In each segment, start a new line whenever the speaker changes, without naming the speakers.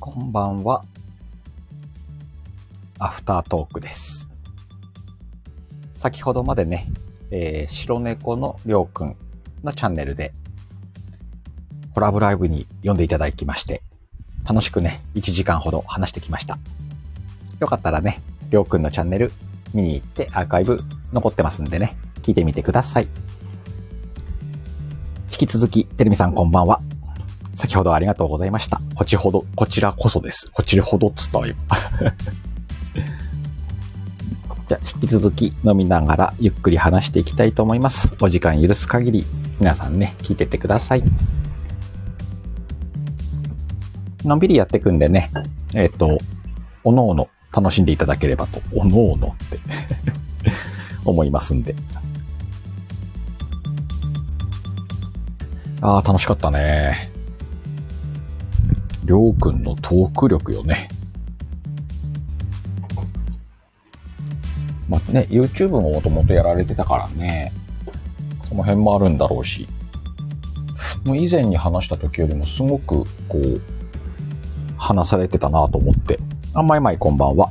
こんばんは。アフタートークです。先ほどまでね、えー白猫のりょうくんのチャンネルで、コラボライブに読んでいただきまして、楽しくね、1時間ほど話してきました。よかったらね、りょうくんのチャンネル見に行ってアーカイブ残ってますんでね、聞いてみてください。引き続き、てるみさんこんばんは。先ほどありがとうございました。こちほど、こちらこそです。こちらほどっつったわ、今。 じゃあ、引き続き飲みながらゆっくり話していきたいと思います。お時間許す限り、皆さんね、聞いてってください。のんびりやってくんでね、えっ、と、おのおの楽しんでいただければと、おのおのって 思いますんで。ああ、楽しかったね。りょうくんのトーク力よね。まあね、YouTube ももともとやられてたからね、その辺もあるんだろうし、もう以前に話した時よりもすごくこう、話されてたなと思って。あんまいまいこんばんは。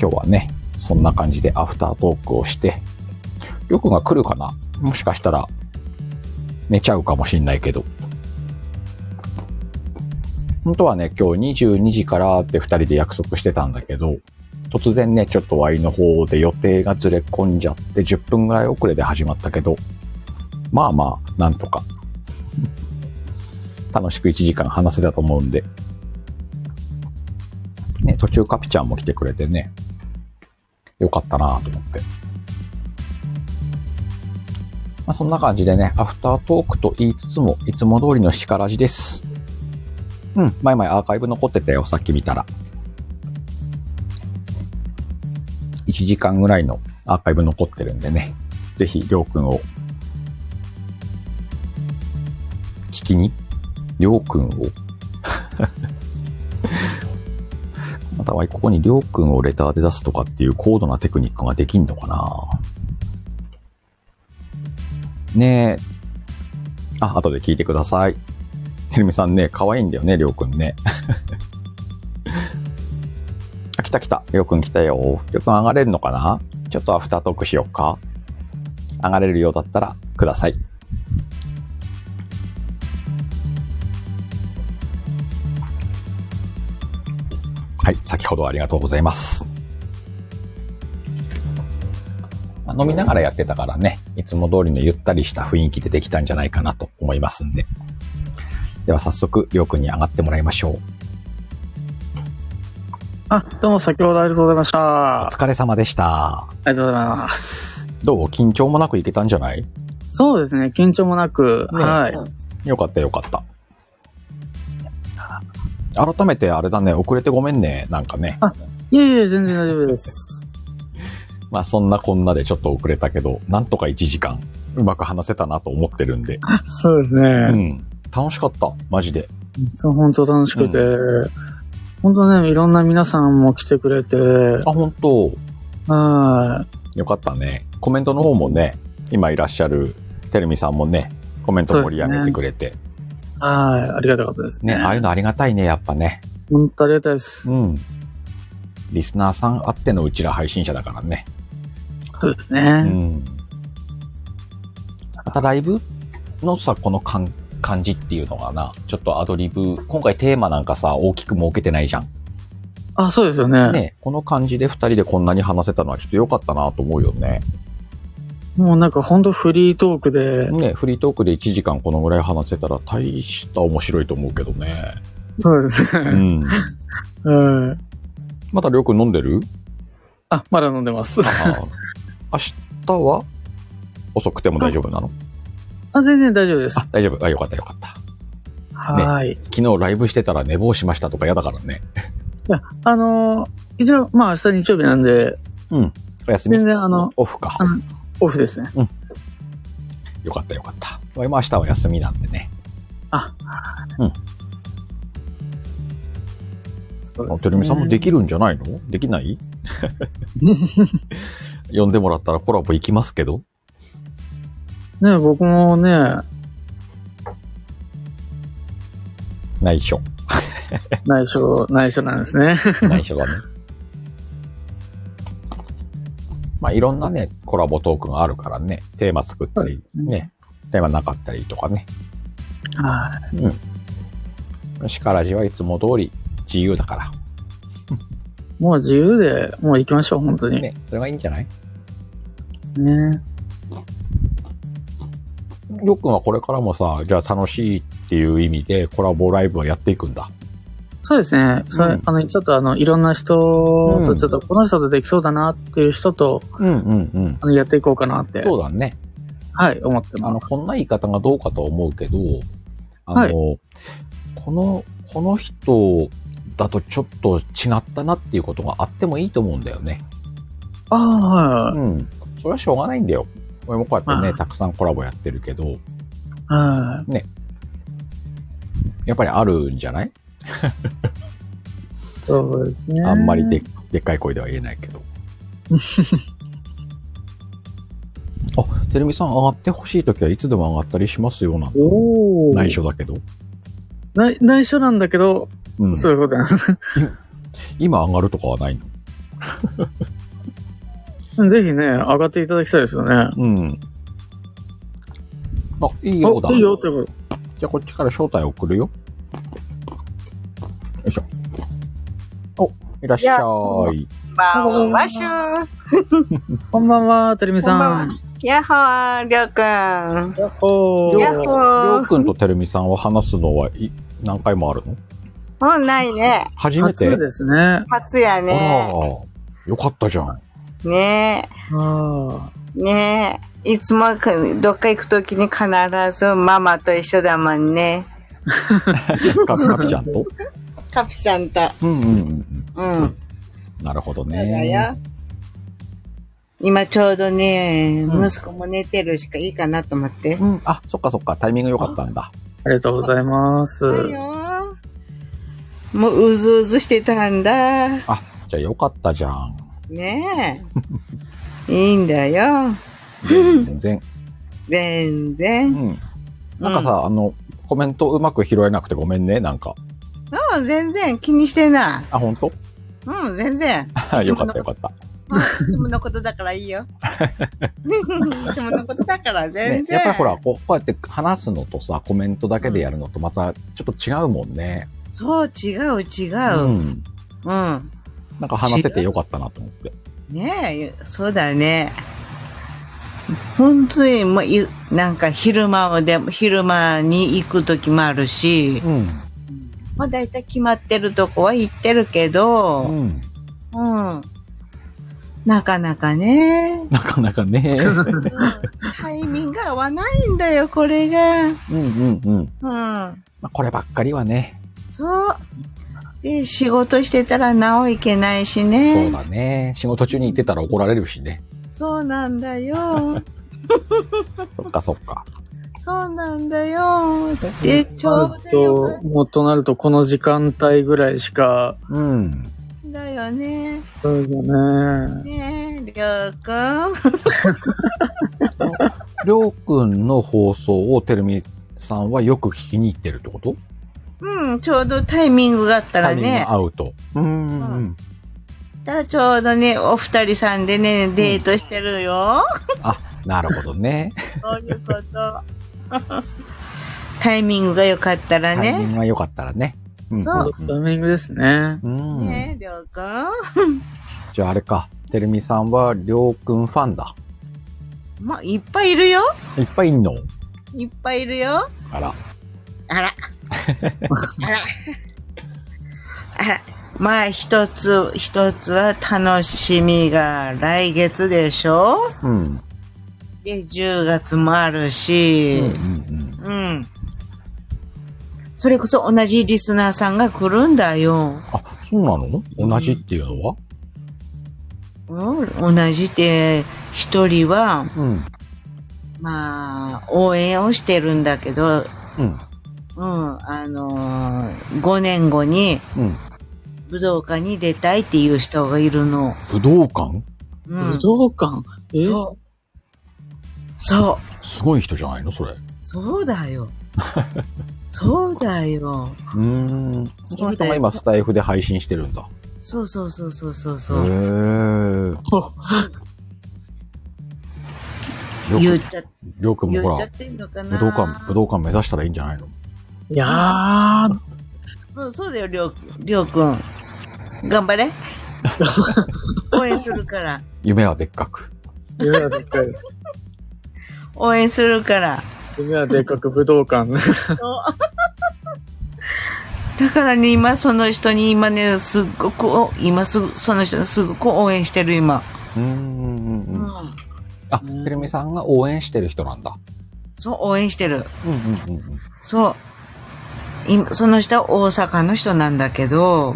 今日はね、そんな感じでアフタートークをして、りょうくんが来るかなもしかしたら、寝ちゃうかもしんないけど。本当はね、今日22時からって2人で約束してたんだけど、突然ね、ちょっとワイの方で予定がずれ込んじゃって、10分ぐらい遅れで始まったけど、まあまあ、なんとか。 楽しく1時間話せたと思うんで。ね、途中カピちゃんも来てくれてね、よかったなぁと思って。まあ、そんな感じでね、アフタートークと言いつつも、いつも通りのしからじです。うん、前々アーカイブ残ってたよ、さっき見たら。1時間ぐらいのアーカイブ残ってるんでね、ぜひ、りょうくんを、聞きに、りょうくんを、 またはここにりょうくんをレターで出すとかっていう高度なテクニックができんのかなねえ。あ、後で聞いてください。てるみさんね、可愛いんだよね、りょうくんね。 あ、来た来た。りょうくん来たよ。りょうくん上がれるのかなちょっとアフタートークしようか。上がれるようだったらください。はい、先ほどはありがとうございます。まあ飲みながらやってたからね、いつも通りのゆったりした雰囲気でできたんじゃないかなと思いますんで。では早速、りょうくんに上がってもらいましょう。
あ、どうも、先ほどありがとうございました。
お
あ
疲れ様でした。
りがとうございます。
どう緊張もなくいけたんじゃない
そうですね、緊張もなく、
ね
はい。
よかったよかった。改めてあれだね、遅れてごめんね、なんかね。
いえいえ、全然大丈夫です。
まあそんなこんなでちょっと遅れたけど、なんとか1時間、うまく話せたなと思ってるんで。
そうですね。
うん。楽しかった、マジで。
本当楽しくて、本当ね、いろんな皆さんも来てくれて、
あ、本当
は
よかったね。コメントの方もね、今いらっしゃるてるみさんもね、コメント盛り上げてくれて。
い。はい。ありがたかったです
ね
ね。
ああいうのありがたいね、やっぱね。
本当ありがたいです。
うん。リスナーさんあってのうちら配信者だからね。
そうです
う
ね。
ん。またライブのさ、この感感じっていうのがな、ちょっとアドリブ、今回テーマなんかさ、大きく設けてないじゃん。
あ、そうですよね。
ね、この感じで二人でこんなに話せたのはちょっと良かったなと思うよね。
もうなんか本当フリートークで、
ね、フリートークで1時間このぐらい話せたら大した面白いと思うけどね。
そうです
う
ね。
ん。
うん。
まだりょうくん飲んでる
あ、まだ飲んでます。
あ明日は遅くても大丈夫なの
あ、全然大丈夫です
あ。、大丈夫。あ、よかったよかった。
はい。
昨日ライブしてたら寝坊しましたとか嫌だからね。
あのー、一応、まあ明日日曜日なんで、
お休み
全。然あの、
オフか
あ。のオフですね。
よかったよかった。まあ明日は休みなんでね。
あ、
うん。
そう
あてるみさんもできるんじゃないのできない 呼んでもらったらコラボ行きますけど。
ね、僕もね、
内緒。
内緒、内緒なんですね。
内 緒だね。まあ、いろんなね、コラボトークがあるからね、テーマ作ったり、ね、テーマなかったりとかね。
は
力じはいつも通り自由だか
い。もう自由で、もう行きましょう、本当
ら。
に。ね。
ね、それがいいんじゃない
ね
りょうくんはこれからもさ、じゃあ楽しいっていう意味でコラボライブはやっていくんだ。
そうですね。それ
うん
あの、ちょっとあの、いろんな人
う
と、
ん
ちょっとこの人とできそうだなっていう人と、
うんうんうん。
あの、やっていこうかなって、
そうだね。
はい、思って
あ
ま
の、
す。
こんな言い方がどうかとは思うけど、あの、この、この人だとちょっと違ったなっていうことがあってもいいと思うんだよね。
ああ、はい
うん。それはしょうがないんだよ。俺もこうやって
あ
ね、たくさんコラボやってるけど、
はい。
やっぱりあるんじゃない
そうですね。
あんまりででっかい声では言えない けど。あ、てるみさん上がってほしいときはいつでも上がったりしますよなんて。
おお。
内緒だけど。
内。内緒なんだけど、
うん。
そういうことなんです。
今上がるとかはないの
ぜひね、上がっていただきたいですよね。あ
うん。あ、いいようだ。
いいよってこと。
じゃあこっちから招待送るよ。よいしょ。お、いらっしゃい。
ばんはしゅー。
こんばんは、てるみさん。
こんばんやっほー、りょうくん。
やっほ
やっ
ー。
りょ
ほ
う
ー。
くんとてるみさんは話すのはい何回もあるの
もうないね。
初めて
初ですね。
初や
あら
ね。、
よかったじゃん。
ね
あ
え、ねえ。いつもどっか行くときに必ずママと一緒だもんね。
かかきちゃんと。
カピちゃんと。
うんうんうん
うん。
うん。なるほど
そうだ
ね。
よ。今ちょうどね、
うん
息子も寝てるしかいいかなと思って。
うん、あ、そっかそっか、タイミング良かったんだ。
あ、ありがとうございます。
そうよ。もううずうずしてたんだ。
あ、じゃあよかったじゃん。
ね え。いいんだよ。
全然。
全
う
然。
ん。なんかさ、あの、コメントうまく拾えなくてごめんね、なんか。
うん、全然気にしてない。
あ、ほんと
うん、全然。いつ
よ
も
かっ
の
たよかった。
いつものことだからいいよ。いつものことだから
ね
全、然。
やっぱりほら、こうこうやって話すのとさ、コメントだけでやるのとまたちょっと違うもんね。
そう、違う、違
うん。
う。うん。
なんか話せてよかったなと思って。
ねえ、そうだね。本当に、もうい、なんか昼間もでも、昼間に行く時もあるし、
うん。
まあ大体決まってるとこは行ってるけど、
うん。
うん。なかなかね、
なかなかね。
タイミング合わないんだよ、これが。
うんうんうん。
うん。
まあこればっかりはね。
そう。で、仕事してたらなおいけないしね。
そうだね。仕事中に行ってたら怒られるしね。
そうなんだよ。
そっかそっか。
そうなんだよ。で、ちょう
っ
どよか
と、もっとなるとこの時間帯ぐらいしか、
うん。
ったんだよね。
そうだね。
ねえ、りょうくん。
りょうくんの放送をてるみさんはよく聞きに行ってるってこと
うん、ちょうどタイミングがあった
タ
ら
イミング
ね
が。合うと。うんうんうん。
たらちょうどね、お二人さんでね、デートしてるよ。
なるほどね。
そういうこと。タイミングが良かったら
タイミン
ね。
グが良かったらね。ん
そう
タイミングですね。
うんうん
ねえ、りょうくん。
じゃああれか。てるみさんはりょうくんファンだ。
まあ、いっぱいいるよ。
いっぱいいんの
いっぱいいるよ。
あら。
あら。あら。あら。まあ、一つ、一つは楽しみが来月でしょ
うん。
で、10月もあ
う
る
ん
し
うんう、ん。
うん。それこそ同じリスナーさんが来るんだよ。
あ、そうなの同じっていうのは
うん、同じで、一人は、
うん。
まあ、応援をしてるんだけど、
うん。
うん、あのー、5年後に
うん。
武道館に出たいっていう人がいるの。
武道館
う
武
ん、
道館え
そう。そう。
すごい人じゃないのそれ。
そうだよ。そうだよ。
うーん。その人が今、スタイフで配信してるんだ。
そうそうそうそうそう
へ
そう。
ー。りょ
言
う
っちゃ、
くん、りょうくんも
言
ほ
っち
ら
ゃっ、てんのかな
武道館、武道館目指したらいいんじゃないの
い やー、
うん、そうだよ、りょう、りょうくん。頑張れ。応援するから。
夢はでっかく。
夢はでっかいです。
応援するから。
夢はでっかく武道館。
だからね、今その人に今ね、すっごくお、今すぐ、その人すごく応援してる今。
うーんうん
う
うん。
ん。
あ、てるみさんが応援してる人なんだ。
そう、応援してる。
うんうんうん
そう。今、その人は大阪の人なんだけど、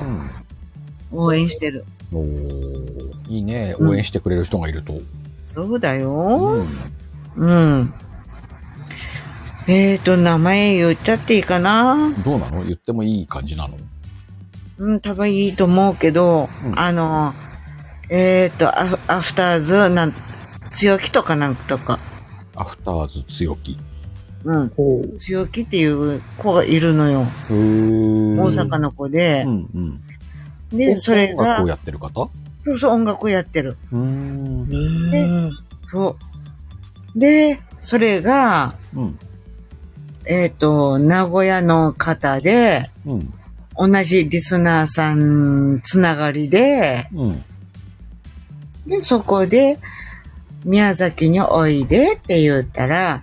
応援してる。
うん。おーいいね。
うん
応援してくれる人がいると。
そうだ
う
よ。
ん
うん。えっ、ー、と、名前言っちゃっていいかな
どうなの言ってもいい感じなの
うん、多分いいと思うけど、
うん
あの、えっ、ー、とアフ、アフターズ、なん、強気とかなんとか。
アフターズ強気。
うん。
おう
強気っていう子がいるのよ。
へー
大阪の子で
うん。うん。
で、それ
音楽を
が、
やってる方
そうそう、音楽をやってる。
うーん。
ね
そう。で、それが、
うん。
えっ、と、名古屋の方で、
うん。
同じリスナーさんつながりで、
うん。
でそこで、宮崎においでって言ったら、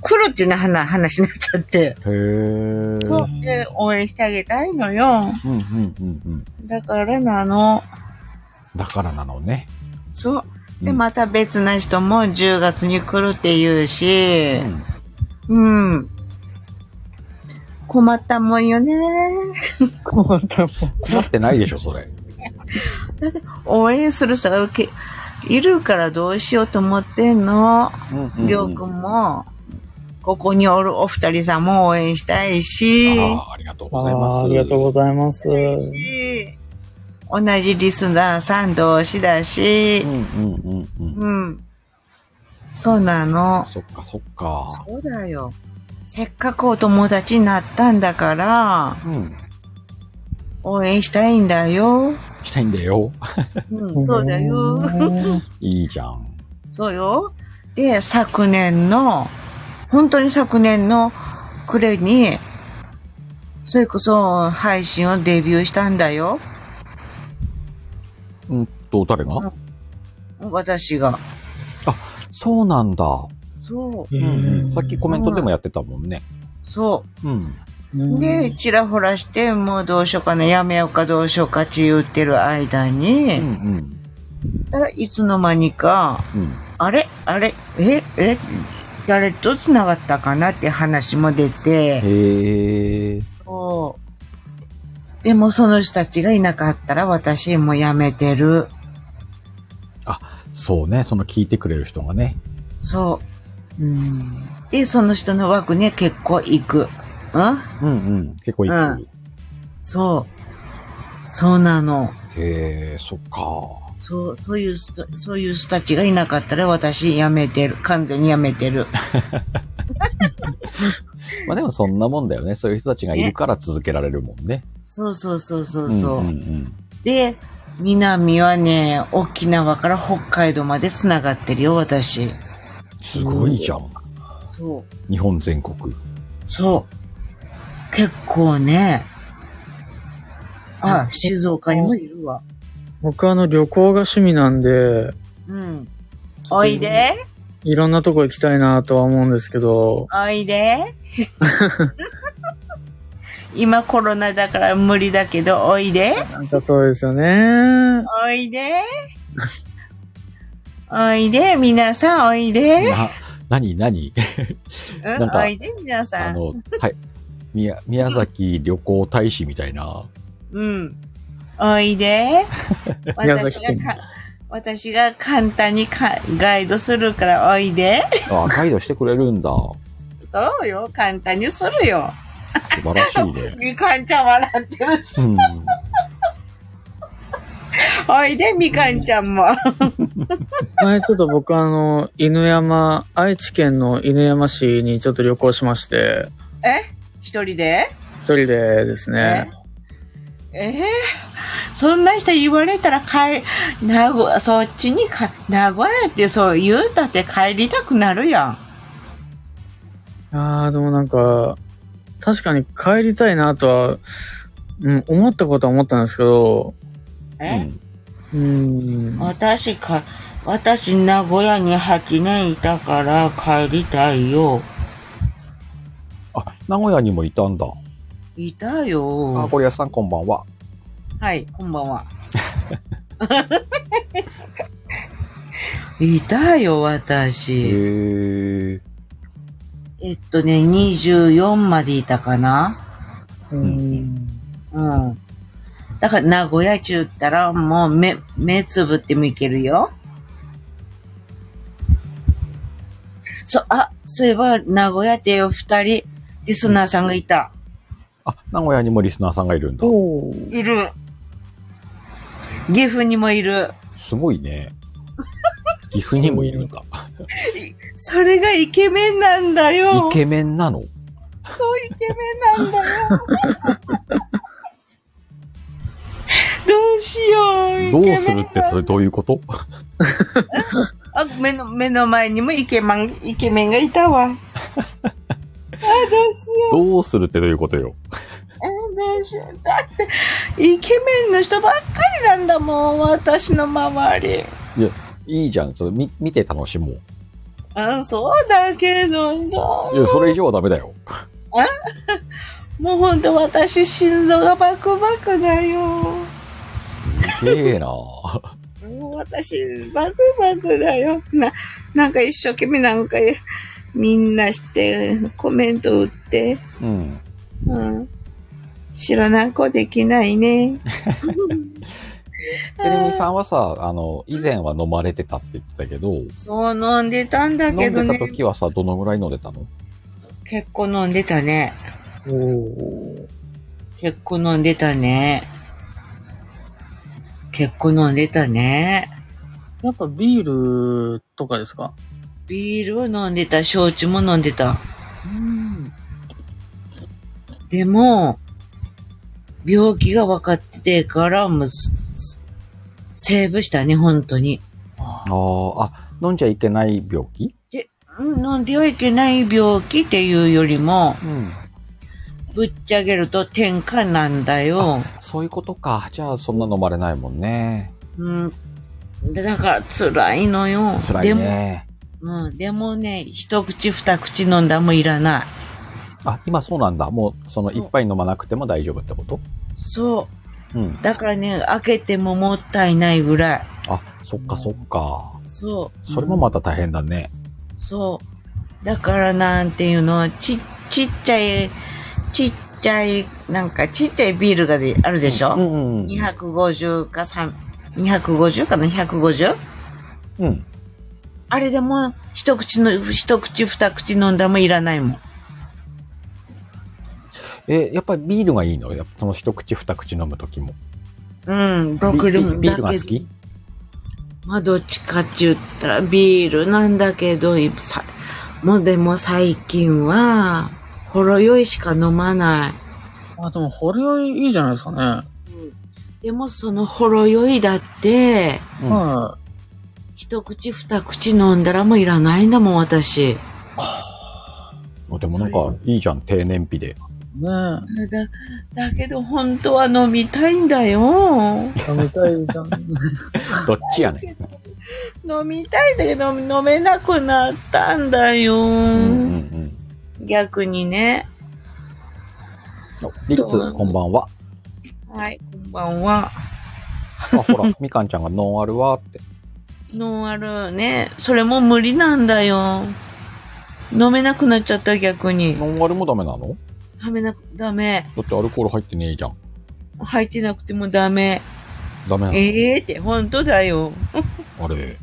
来るってな話話になっちゃって、
へー。
そううで応援してあげたいのよ。
んうんうんうん。
だからなの、
だからなのね。
そう。で、
うん
また別な人も10月に来るって言うし
う、ん。
うん。困ったもんよね。
困ったもん。
困ってないでしょ、それ。
応援する人が受け、いるからどうしようと思ってんの。
うん
りょうくんも、ここにおるお二人さんも応援したいし、
あーありがとうございます。
あーありがとうございます。
し同じリスナーさん同士だし
う、んうんうんうん。
うん。そうなの。
そっかそっか。
そうだよ。せっかくお友達になったんだから、
うん。
応援したいんだよ。
したいんだよ。
うん、そうだよ。
いいじゃん。
そうよ。で、昨年の、本当に昨年の暮れに、それこそ配信をデビューしたんだよ。
うんと、誰が、
うん私が。
そうなんだ。
そう
う
う。
んん。さっきコメントでもやってたもんね。
そ
うん。
う。で、ちらほらして、もうどうしようかな、やめようかどうしようかって言ってる間
うん
に、
うん。
だからいつの間にか、
うん。
あれあれええ誰と繋がったかなって話も出て、
へえ。
そう。でもその人たちがいなかったら私も辞めてる。
そうね。その聞いてくれる人がね。
そう。うん、で、その人の枠ね、結構行く。うん
うんうん。結構いい。
うんそう。そうなの。
へえ、そっか。
そう、そういう人、そういう人たちがいなかったら私辞めてる。完全に辞めてる。
まあでもそんなもんだよね。そういう人たちがいるから続けられるもんね。
そうそうそうそうそう。
んん
で、南はね、沖縄から北海道まで繋がってるよ、私。
うんすごいじゃん。
そう。
日本全国。
そう。結構ね。あ、静岡にもいるわ。
僕あの旅行が趣味なんで、
うん。おいで、
いろんなとこ行きたいなとは思うんですけど、
おい で。今コロナだから無理だけど、おいで、
なんかそうですよね。
おいで。おいで、皆さん、おいで。
な、なになに
うん
なんか
おいで、皆
あ
さん。
の、はい。宮、宮崎旅行大使みたいな。
うん。おいで。
宮
私
崎
が
県
か、私が簡単にかガイドするから、おいで。
あ、ガイドしてくれるんだ。
そうよ、簡単にするよ。
素晴らしい ね。
みかんちゃん笑ってるし。
うん。
おいで、みかんちゃんも。
前ちょっと僕あの、犬山、愛知県の犬山市にちょっと旅行しまして、
え一人で
一人でですね。
ええそんな人言われたら帰り、名古屋、そっちにか、名古屋ってそう言うたって帰りたくなるやん。
ああ、でもなんか、確かに帰りたいなとは、うん、思ったことは思ったんですけど、
う
え、
ん
うん。
私か、私名古屋に8年いたから帰りたいよ。
あ、名古屋にもいたんだ。
いた
あ、
よ。
これ屋さんこんばんは。
はい、こんばんは。 いたよ、
へ
私。
え。
えっとね、24までいたかな。
うん。
うん。だから名古屋中ったらもう目、目つぶってもいけるよ。そ、あ、そういえば名古屋で二人、リスナーさんがいた。
あ、名古屋にもリスナーさんがいるんだ。
おー
いる。岐阜にもいる。
すごいね。岐阜にもいるんだ。
それがイケメンなんだよ
イ。ケメンなの
そうイケメンなんだよ。どうしよう。イケ
ど
メン
う
なんだ
するってそれどういうこと
あ目の目の前にもイケマンイケメンがい たわ。あどうしよ
どうするってどういうことよ。
うあどうしようだってイケメンの人ばっかりなんだもん私の周り。
いいじゃん。それ見見て楽しもう。
うんそうだけどど
いや、それ以上はダメだよ。
うもうほんと私心臓がバクバクだよ。
すげえなぁ。
もう私バクバクだよ。ななんか一生懸命なんかみんなしてコメント打って。
うん。
うん。知らない子できないね。
てれみさんはさ、あの、以前は飲まれてたって言ってたけど、
そう飲んでたんだ
飲
け
ん
ど
でた
ね。
時はさ、どのぐらい飲んでたの
結構飲んでたね。
おー
結構飲んでたね。結構飲んでたね。
やっぱビールとかですか
ビールを飲んでた、焼酎も飲んでた。
うん。
でも、病気が分かっててから、もうす、すセーブしたね、本当に。
あ
あーあ、飲んじゃいけない病気
うん飲んではいけない病気っていうよりも、
うん。
ぶっちゃけると転換なんだよ。
そういうことか。じゃあ、そんな飲まれないもんね。
うん。でだから辛いのよ。
辛いね。
でも、うん。でもね、一口二口飲んだもいらない。
あ、今そうなんだ。もう、その、
そう
一杯飲まなくても大丈夫ってこと
そ
うん。
う。だからね、開けてももったいないぐらい。
あ、そっかそっか。
そう。
それもまた大変だね。
そう。だからなんていうの、ち、ちっちゃい、ちっちゃい、なんかちっちゃいビールがであるでしょ、
うんうんうん。
?250 か3、250かな ?150?
うん。
あれでも、一口の、一口二口飲んだもいらないもん。
え、やっぱりビールがいいのやっぱその一口二口飲むときも。
うん、
ビ
僕でも
ビビールが
だ
好
けど
き
まあどっちかって言ったらビールなんだけど、いさもうでも最近は、ほろ酔いしか飲まない。
ーあ、でも、ほろ酔いいいじゃないですかね。
でもそのほろ酔いだって、
うん
は
一口二口飲んだらもういらないんだもん、私。
あでもなんか、いいじゃん、低燃費で。
い。ね
だ、だけど本当は飲みたいんだよ。
え。食べたいじ ゃん。
どっちやね
飲みたいんだけど飲めなくなったんだよ。
ん。うんうんうん。
逆にね。
おリッツ、こんばんは。
はい、こんばんは。
あ、ほら、み かんちゃんがノンアルはって。
ノンアルね、それも無理なんだよ。飲めなくなっちゃった逆に。
ノンアルもダメなの
ダメな、ダメ。
だってアルコール入ってねえじゃん。
入ってなくてもダメ。
ダメなの
ええって、本当だよ。
あれ。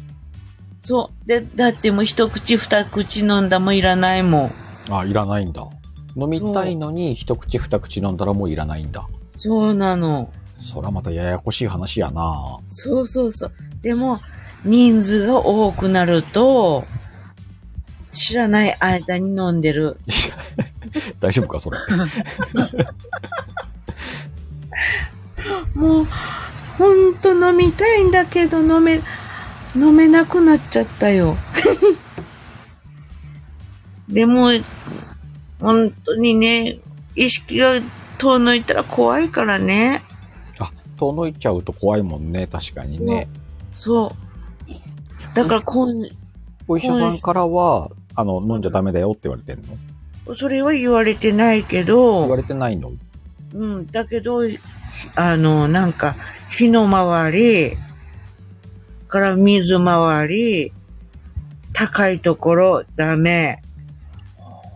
そう。で、だってもう一口二口飲んだもいらないもん。
あ、いらないんだ。飲みたいのに一口二口飲んだらもういらないんだ。
そうなの。
そらまたややこしい話やな
そうそうそう。でも、人数が多くなると、知らない間に飲んでる。
大丈夫か、そ れ。
もう、ほんと飲みたいんだけど、飲め、飲めなくなっちゃったよ。 でも、本当にね、意識が遠のいたら怖いからね。
あ、遠のいちゃうと怖いもんね、確かにね。
そう。だからこう、
お医者さんからは、あの、飲んじゃダメだよって言われてんの
それは言われてないけ
言わ
ど、
れてないの
うん、だけど、あの、なんか、火の回り、から水回り、高いところ、ダメ。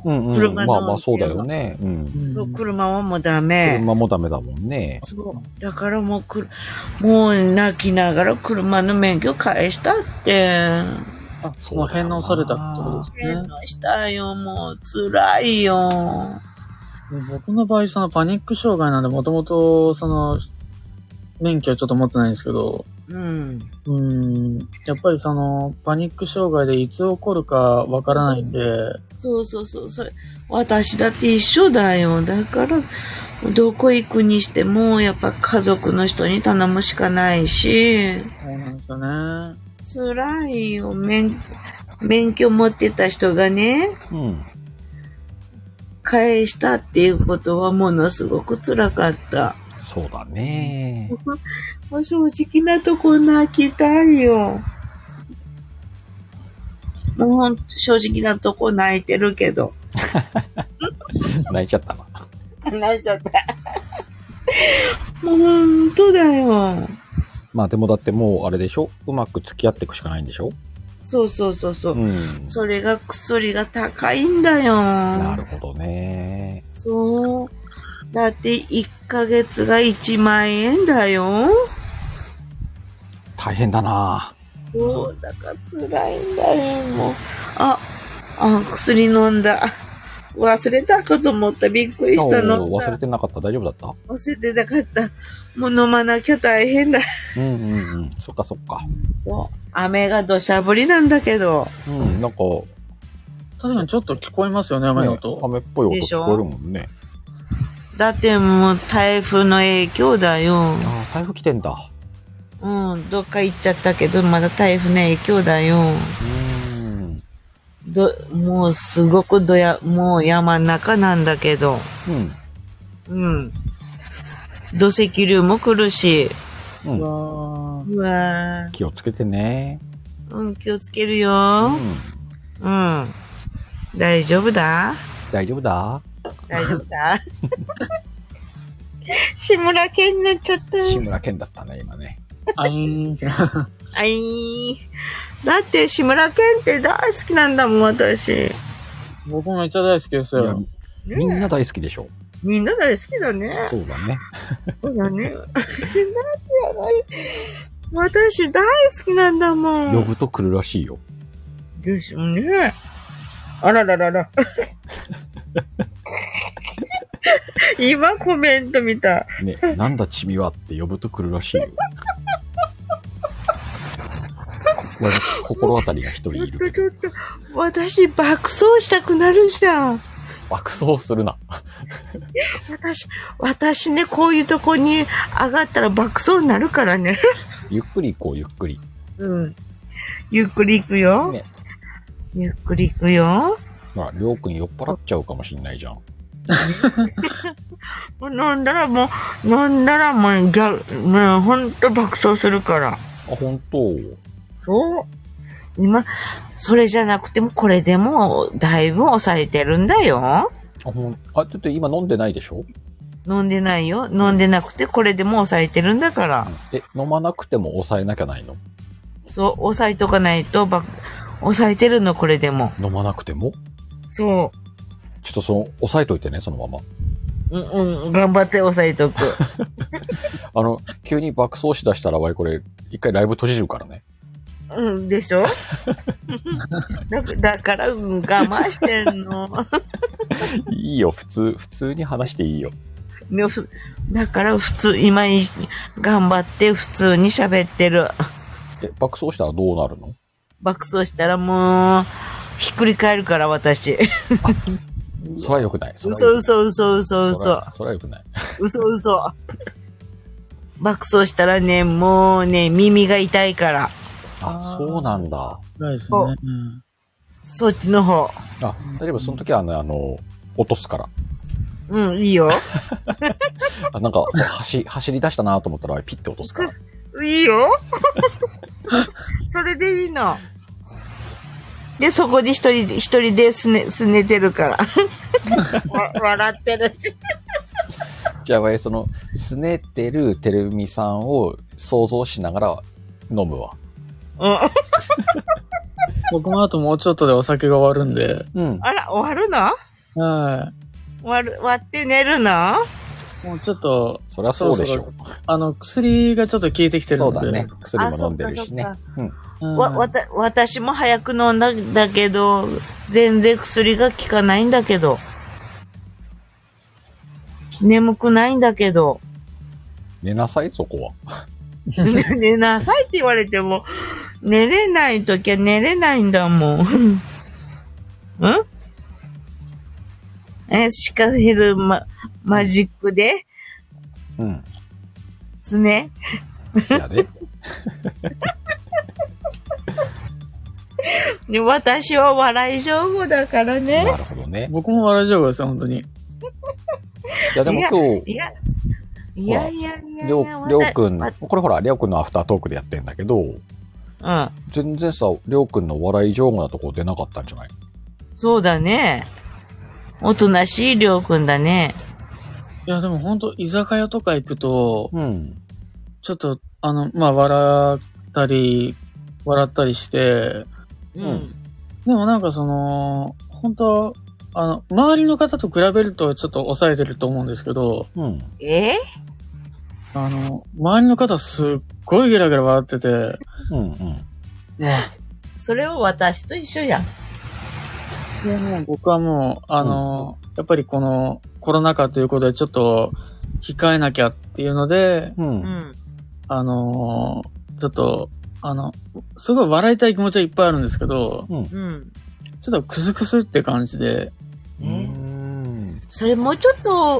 うんうん。
車の
まあまあ、そうだよね。うん。
そう、車はもうダメ。
車もダメだもんね。
そう。だからもうくる、もう泣きながら車の免許返したって。
あ、
そ
そう
だよな
の返納されたってことです
返
ね。
納したよ、もう。辛いよ。
僕の場合、そのパニック障害なんで、もともと、その、免許はちょっと持ってないんですけど、
うん。
うーん、やっぱりその、パニック障害でいつ起こるかわからないんで、
そうそうそう。それ私だって一緒だよ。だから、どこ行くにしても、やっぱ家族の人に頼むしかないし。
そうなんですよね。
辛いよ。免、免許持ってた人がね。
うん。
返したっていうことはものすごく辛かった。
そうだね。
もう正直なとこ泣きたいよ。もうほんと正直なとこ泣いてるけど。
泣いちゃったな。
泣いちゃ った。もうほんとだよ。
まあでもだってもうあれでしょうまく付き合っていくしかないんでしょ
そうそうそうそうう。
ん。
それが薬が高いんだよ。
なるほどね。
そう。だって1ヶ月が1万円だよ。
大変だな。
そう、だから辛いんだよ、もう。あ、あ、薬飲んだ。忘れたかと思った。びっくりしたの。
おー忘れてなかった大丈夫だっ
忘れてなかった。もう飲まなきゃ大変だ。
たうんうんうん。そっかそっか。
そう。雨が土砂降りなんだけど。
うん。なんか、
確かにちょっと聞こえますよね、雨の
ね
音。
雨っぽい音
でし
聞
ょ
こえるもんね。
だってもう台風の影響だよ。
ああ、台風来てんだ。
うん、どっか行っちゃったけど、まだ台風の影響だよ。
うーん。
ど、もうすごくどや、もう山ん中なんだけど。うん。土石流も来るし。
うん。うん。
わー
うわー。
気をつけてね。
うん、気をつける
う
よ。
ん。
うん。大丈夫だ
大丈夫だ
大丈夫だ志村けんになっちゃった。
志村けんだったね、今ね。
あいーん。
あいーだって志村けんって大好きなんだもん、私。
僕もめっちゃ大好きです
いや
よ。、
みんな大好きでしょ。
みんな大好きだね。
そうだね。
そうだね。なんで やない。私大好きなんだも
呼
ん。
ぶと来るらしいよ。
ですよね。あらららら。 今コメント見た。
ね、なんだチミはって呼ぶと来るらしいよ。こ心当たりが一
ちょ
人
っ
い
と
る。
ちょっと、私爆走したくなるじゃん。
爆走するな。
私、私ね、こういうとこに上がったら爆走になるからね。
ゆっくり行こう、ゆっくり。
うん。ゆっくり行くよ。
ね。
ゆっくり行くよ。
ほら、りょうくん酔っ払っちゃうかもしんないじゃん。
もう飲んだらもう、飲んだらもう、ギャル、もうほんと爆走するから。
あ、本当。
そう。今、それじゃなくても、これでも、だいぶ抑えてるんだよ。
あ、ほん、あ、ちょっと今飲んでないでしょ
飲んでないよ。飲んでなくて、これでも抑えてるんだから。
え、飲まなくても抑えなきゃないの
そう、押さえとかないと、ば、押さえてるの、これでも。
飲まなくても
そ
ちょっとその、抑えといてね、そのまま。
う。うん、うん、頑張って押さえと く。
あの、急に爆走しだしたら、わいこれ、一回ライブ閉じるからね。
うん、でしょ だだから、うん、我慢してんの。
いいよ、普通、普通に話していいよ。
ねふだから、普通、今に、頑張って普通に喋ってる。
え、爆走したらどうなるの
爆走したらもう、ひっくり返るから、私。
それは良くない。それは
嘘
良くない
嘘嘘嘘
それ
嘘。
はそれは良くない。
嘘嘘。爆走したらね、もうね、耳が痛いから。
あ
あ、ー
そうなんだ。
辛いです
そう
ね。うん
そっちの方。
あ、大丈夫。その時はね、あの、落とすから。
うん、いいよ。
あなんか、走、走り出したなと思ったら、ピッて落とすから。
いいよ。それでいいの。で、そこで一人で、一人ですね、すねてるから。わ笑ってるし。
じゃあ、その、すねてるてるみさんを想像しながら飲むわ。
うん。
僕もあともうちょっとでお酒が終わるんで。
うん。
あら、終わるの
は
終わる、終わって寝るの
い。もうちょっと、
そりゃそうでし
そろ
ょ。
あの、薬がちょっと効いてきてる
そ
ん
う
で。
だね。薬も飲んでる
あそっか
しね
そっ。
うん。
うん。
わ、わた、私も早く飲んだんだけど、全然薬が効かないんだけど。眠くないんだけど。
寝なさい、そこは。
ね寝なさいって言われても、寝れないときは寝れないんだもん。 んえ、シカヘルマ、マジックで、
うん。
すね。
いやで。
で私は笑い上手だからね。
なるほどね。
僕も笑い上手ですよ、本当に。
いや、でも今
い
日、
や、いやいやいやいや。
りょう、りょうくん、
わた
これほら、りょうくんのアフタートークでやってんだけど、
わ
全然さ、りょうくんの笑い上手なとこ出なかったんじゃない
うん、そうだね。おとなしいりょうくんだね。
いや、でも本当居酒屋とか行くと、
うん。
ちょっと、あの、まあ、笑ったり、笑ったりして、
うんん。
でもなんかその、本当あの、周りの方と比べるとちょっと抑えてると思うんですけど、
うん。
え
あの、周りの方すっごいゲラゲラ笑ってて、
うん。うん。
それを私と一緒やん。
でもう僕はもう、あの、やっぱりこのコロナ禍ということでちょっと控えなきゃっていうので、
う。
うんん。
あの、ちょっと、あの、すごい笑いたい気持ちはいっぱいあるんですけど、
うん。
うん。
ちょっとクスクスって感じで、
う
え
ん。
それもうちょっと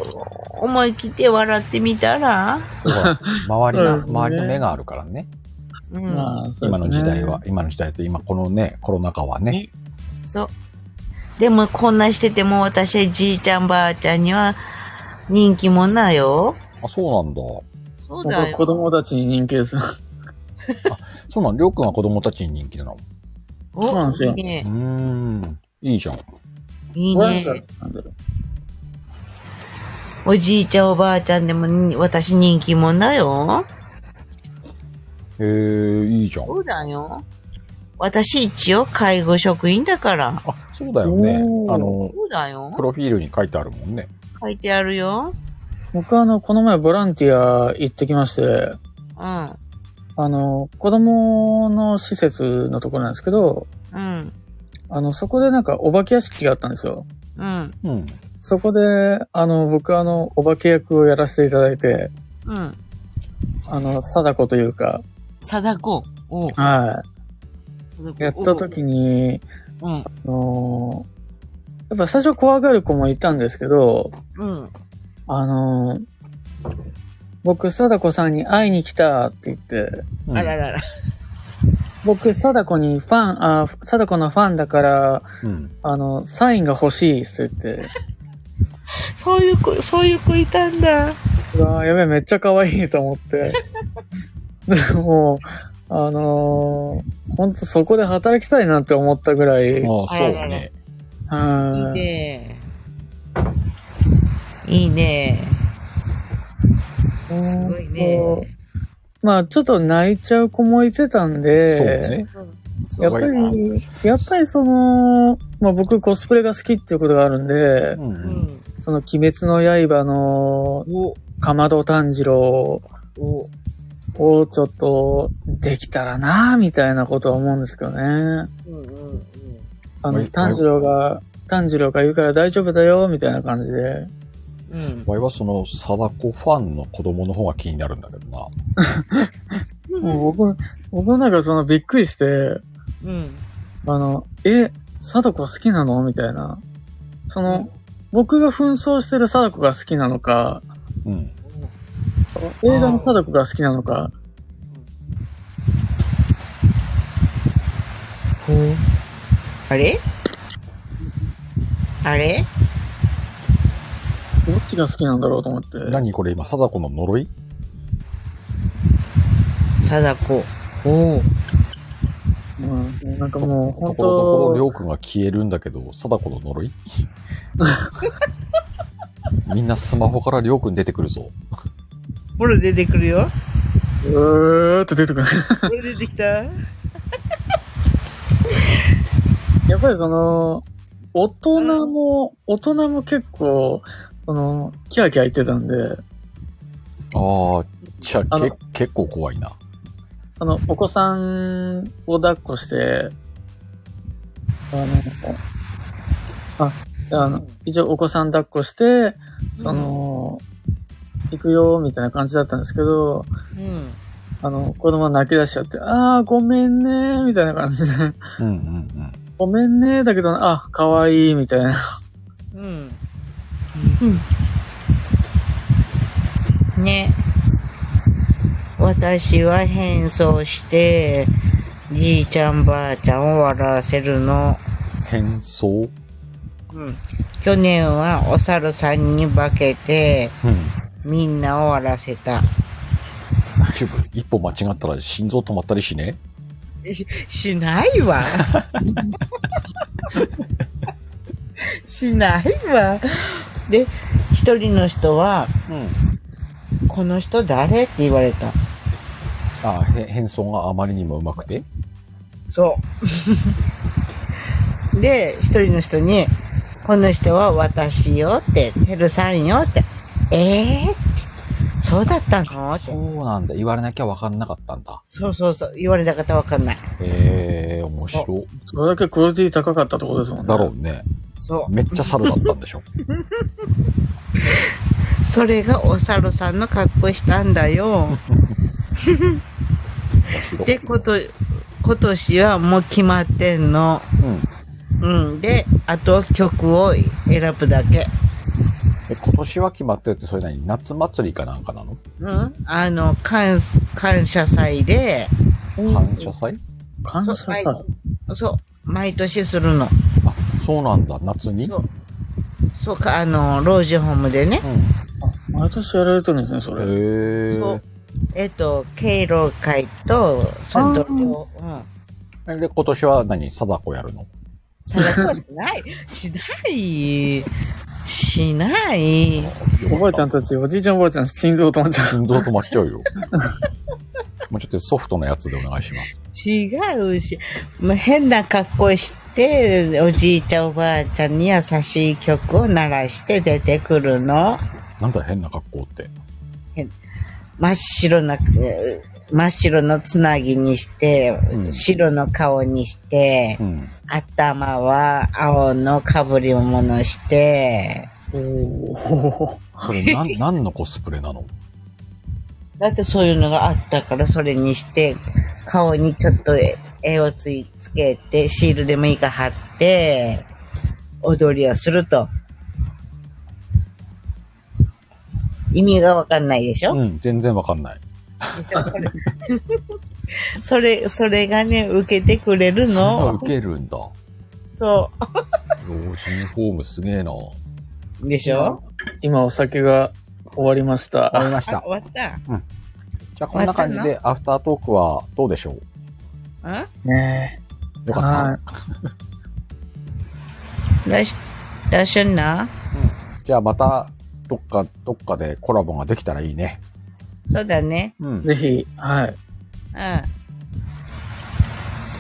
思い切って笑ってみたら
ほ ら周りの、
そうですね
周りの目があるからね。
うん、
まあ、そう
今
ですね
の時代は、今の時代って今このね、コロナ禍はね。
そう。でもこんなしてても私はじいちゃんばあちゃんには人気もんなよ。
あ、そうなんだ。
そう
本
だ
当
よ。
子供たちに人気です。
そうなん、りょうくんは子供たちに人気なの。
お
そうなんですよ
いいう
ー
ね。
ん。いいじゃん。
いい
なん
ね。
かなんだろう
おじいちゃんおばあちゃんでもに私人気もんだよ。
えー、いいじゃん。
そうだよ。私一応介護職員だから。
あ、そうだよね。
おー
あの、
そうだ
プ
よ。
ロフィールに書いてあるもんね。
書いてあるよ。
僕はあの、この前ボランティア行ってきまして、
うん。
あの、子供の施設のところなんですけど、
うん。
あの、そこでなんかお化け屋敷があったんですよ。
うん。
うん。
そこで、あの、僕はあの、お化け役をやらせていただいて、
うん。
あの、貞子というか、
貞子。おう
は
貞子
い。やった時に、
うん。
あのやっぱ最初怖がる子もいたんですけど、
うん。
あの僕、貞子さんに会いに来たって言って、
うん
あららら。
僕、貞子にファン、あ、貞子のファンだから、
うん。
あの、サインが欲しいっすって言っ
そういう子、そういう子いたんだ。
て、うわーやべえ、めっちゃ可愛いと思って。でもう、あのー、ほんとそこで働きたいなって思ったぐらい、
ああ、
あ
そ
ら
う
らら
ね。
いい
はい。
ね。いいね。すごいね
うんまあ、ちょっと泣いちゃう子もいてたん
そう
で、
ね。
やっぱ
すごい
り、やっぱりその、まあ僕コスプレが好きっていうことがあるんで
う、んう。
うんん。
その鬼滅の刃の、
お、
かまど炭治郎
お、
をちょっとできたらなぁみたいなことは思うんですけどね。
うんうんうん。
あ
は
の、
い
炭治郎が、炭治郎が言うから大丈夫だよ、みたいな感じで。
うん、
わいはその、貞子ファンの子供の方が気になるんだけどな。
もう僕、僕なんかそのびっくりして、
うん、
あの、え、貞子好きなのみたいな。その、僕が紛争してる貞子が好きなのか、
うん。
映画の貞子が好きなのか、
あれあれ
どっちが好きなんだろうと思って。
何これ今、貞子の呪い
貞子。おお。
うんそうなんかも
と
う、本
ころどころ、りょ
当
うくんが消えるんだけど、貞子の呪 いみんなスマホからりょうくん出てくるぞ。
ほら出てくるよ。
うーって出てくる。
ほら出てきた。
やっぱりその、大人も、大人も結構、その、キャーキャー言ってたんで、
ああ、じゃ
あ
あ
の
け結構怖いな。
あの、お子さんを抱っこして、あの、あ、あの、一応お子さん抱っこして、その、行くよ、みたいな感じだったんですけど、
うん。
あの、子供が泣き出しちゃって、ああ、ごめんね、みたいな感じで、
うんうんうん。
ごめんね、だけど、あ、かわいい、みたいな。
うん。うん。ね。私は変装して、じいちゃんばあちゃんを笑わせるの。
変装
うん。去年はお猿さんに化けて、
うん。
みんなを笑わせた。
大丈夫。一歩間違ったら心臓止まったりしね。
し しな いわ。しないわ。で、一人の人は、
うん。
この人誰って言われた。
ああ、へ変装があまりにもうまくて。
そう。 で、一人の人に、この人は私よって、てるさんよって、えーって、そうだったのって
そ、うなんだ。言われなきゃわかんなかったんだ。
そうそうそう、言われた方わかんない。
ええー、面白。
それだけクオリティ高かったってことですもんね。
だろうね。
そ
めっちゃ猿だったんでしょ。
う。それがお猿さんの格好したんだよ。
面白
で、こと、今年はもう決まってんの。
うん。
うん。で、あと曲を選ぶだけ。
え、今年は決まってるって、それ何夏祭りかなんかなの
うん。あの、感、感謝祭で、
感謝祭
感謝祭。
そうそう、毎年するの。
あ、そうなんだ。夏に
そう。そうか、あの、老人ホームで
う
ね。
毎年やられてるんですね、そ
ん。
れ。
へえ。
そう。えっ、と、敬老会と、その、両うん。
えで、今年は何貞子やるの
貞子はしない。しない。しない。
おばあちゃんたち、おじいちゃんおばあちゃん、心臓止まっちゃう。
心臓止まっち ゃうよ。もうちょっとソフトなやつでお願いします。
違うし、もう変な格好して、おじいちゃんおばあちゃんに優しい曲を鳴らして出てくるの。
なんだ変な格好って。
真っ白な、えー真っ白のつなぎにして、
うん
白の顔にして
う、ん。
頭は青の被り物して、
おー。
それなん、何のコスプレなの
だってそういうのがあったからそれにして、顔にちょっと絵絵をついつけて、シールでもいいから貼って、踊りをすると。意味がわかんないでしょ、
うん、全然わかんない。
でしょそれ それ、それがね、受けてくれる
あ
の。
受けるんだ。老
そ
人ホームすげえな。わ
う。でしょ
今、お酒が終わりました。
かりまし
あ、
た。
終わった。
じゃあこんな感じでアフタートークはどうでしょう
あ
ね
よか
は
っ
い
た。
出し、出しんな
じゃあまた、どっか、どっかでコラボができたらいいね。
そうだね。
う
え
ん。
ぜひ、はい。
うん。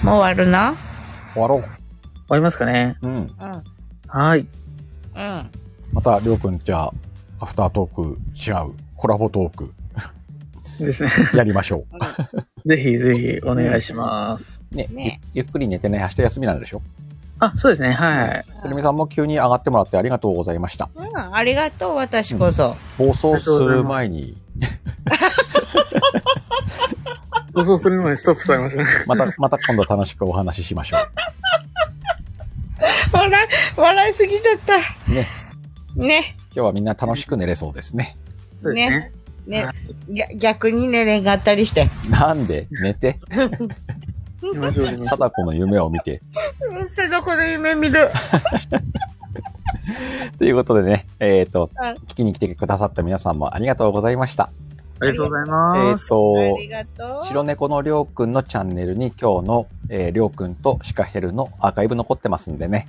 もう終わるな
終わろ
終わりますかね。
う。うん。
うん。
はい。
うん。
また、りょうくん、じゃあ、アフタートーク、違う、コラボトーク、
ですね。
やりましょ
ぜひ、ぜひ、お願いします。
う。ね、
ね
ゆゆっくり寝てね、明日休みなんでしょ
あ、そうですね、はい。
くるみさんも急に上がってもらってありがとうございました。
うん、ありがとう、私こそ。
暴走する前に、
放送するのにストップされましたね。
また、また 今度楽しくお話ししましょ
笑い、笑いすぎちゃった。
う。ね。
ね。
今日はみんな楽しく寝れそうですね。
そうですね。
ね
は。
ぎゃ逆にね、れんがったりして。
なんで寝て、
行きましょう行きましょ
貞子の夢を見て。
うん背中で夢見る。
ということでね、えっ、と
はい、
聞きに来てくださった皆さんもありがとうございました。
うありがとうござい
えっ、
ます。
と
あ、りがとう。
白猫のりょうくんのチャンネルに今日の、えー、りょうくんとシカヘルのアーカイブ残ってますんでね、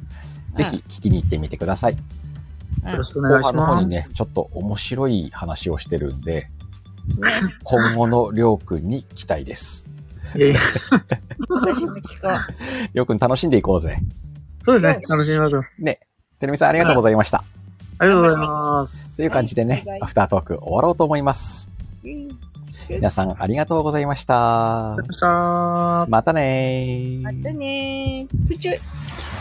ぜひ聞きに行ってみてください。
よろしくお
後
願いし
半の方
ま
にね
す。、
ちょっと面白い話をしてるんで、
うんね
今後のりょうくんに期待です。
えー
私も聞こう。
りょうくん楽しんでいこうぜ。
そうですね。楽しみましょう。
てるみさんありがとうございました。
ありがとうございます。
という感じでね
はい、
アフタートーク終わろうと思います。
うん
皆さんありがとうございました
ありがとうございました。
またねー
またねー。プチュ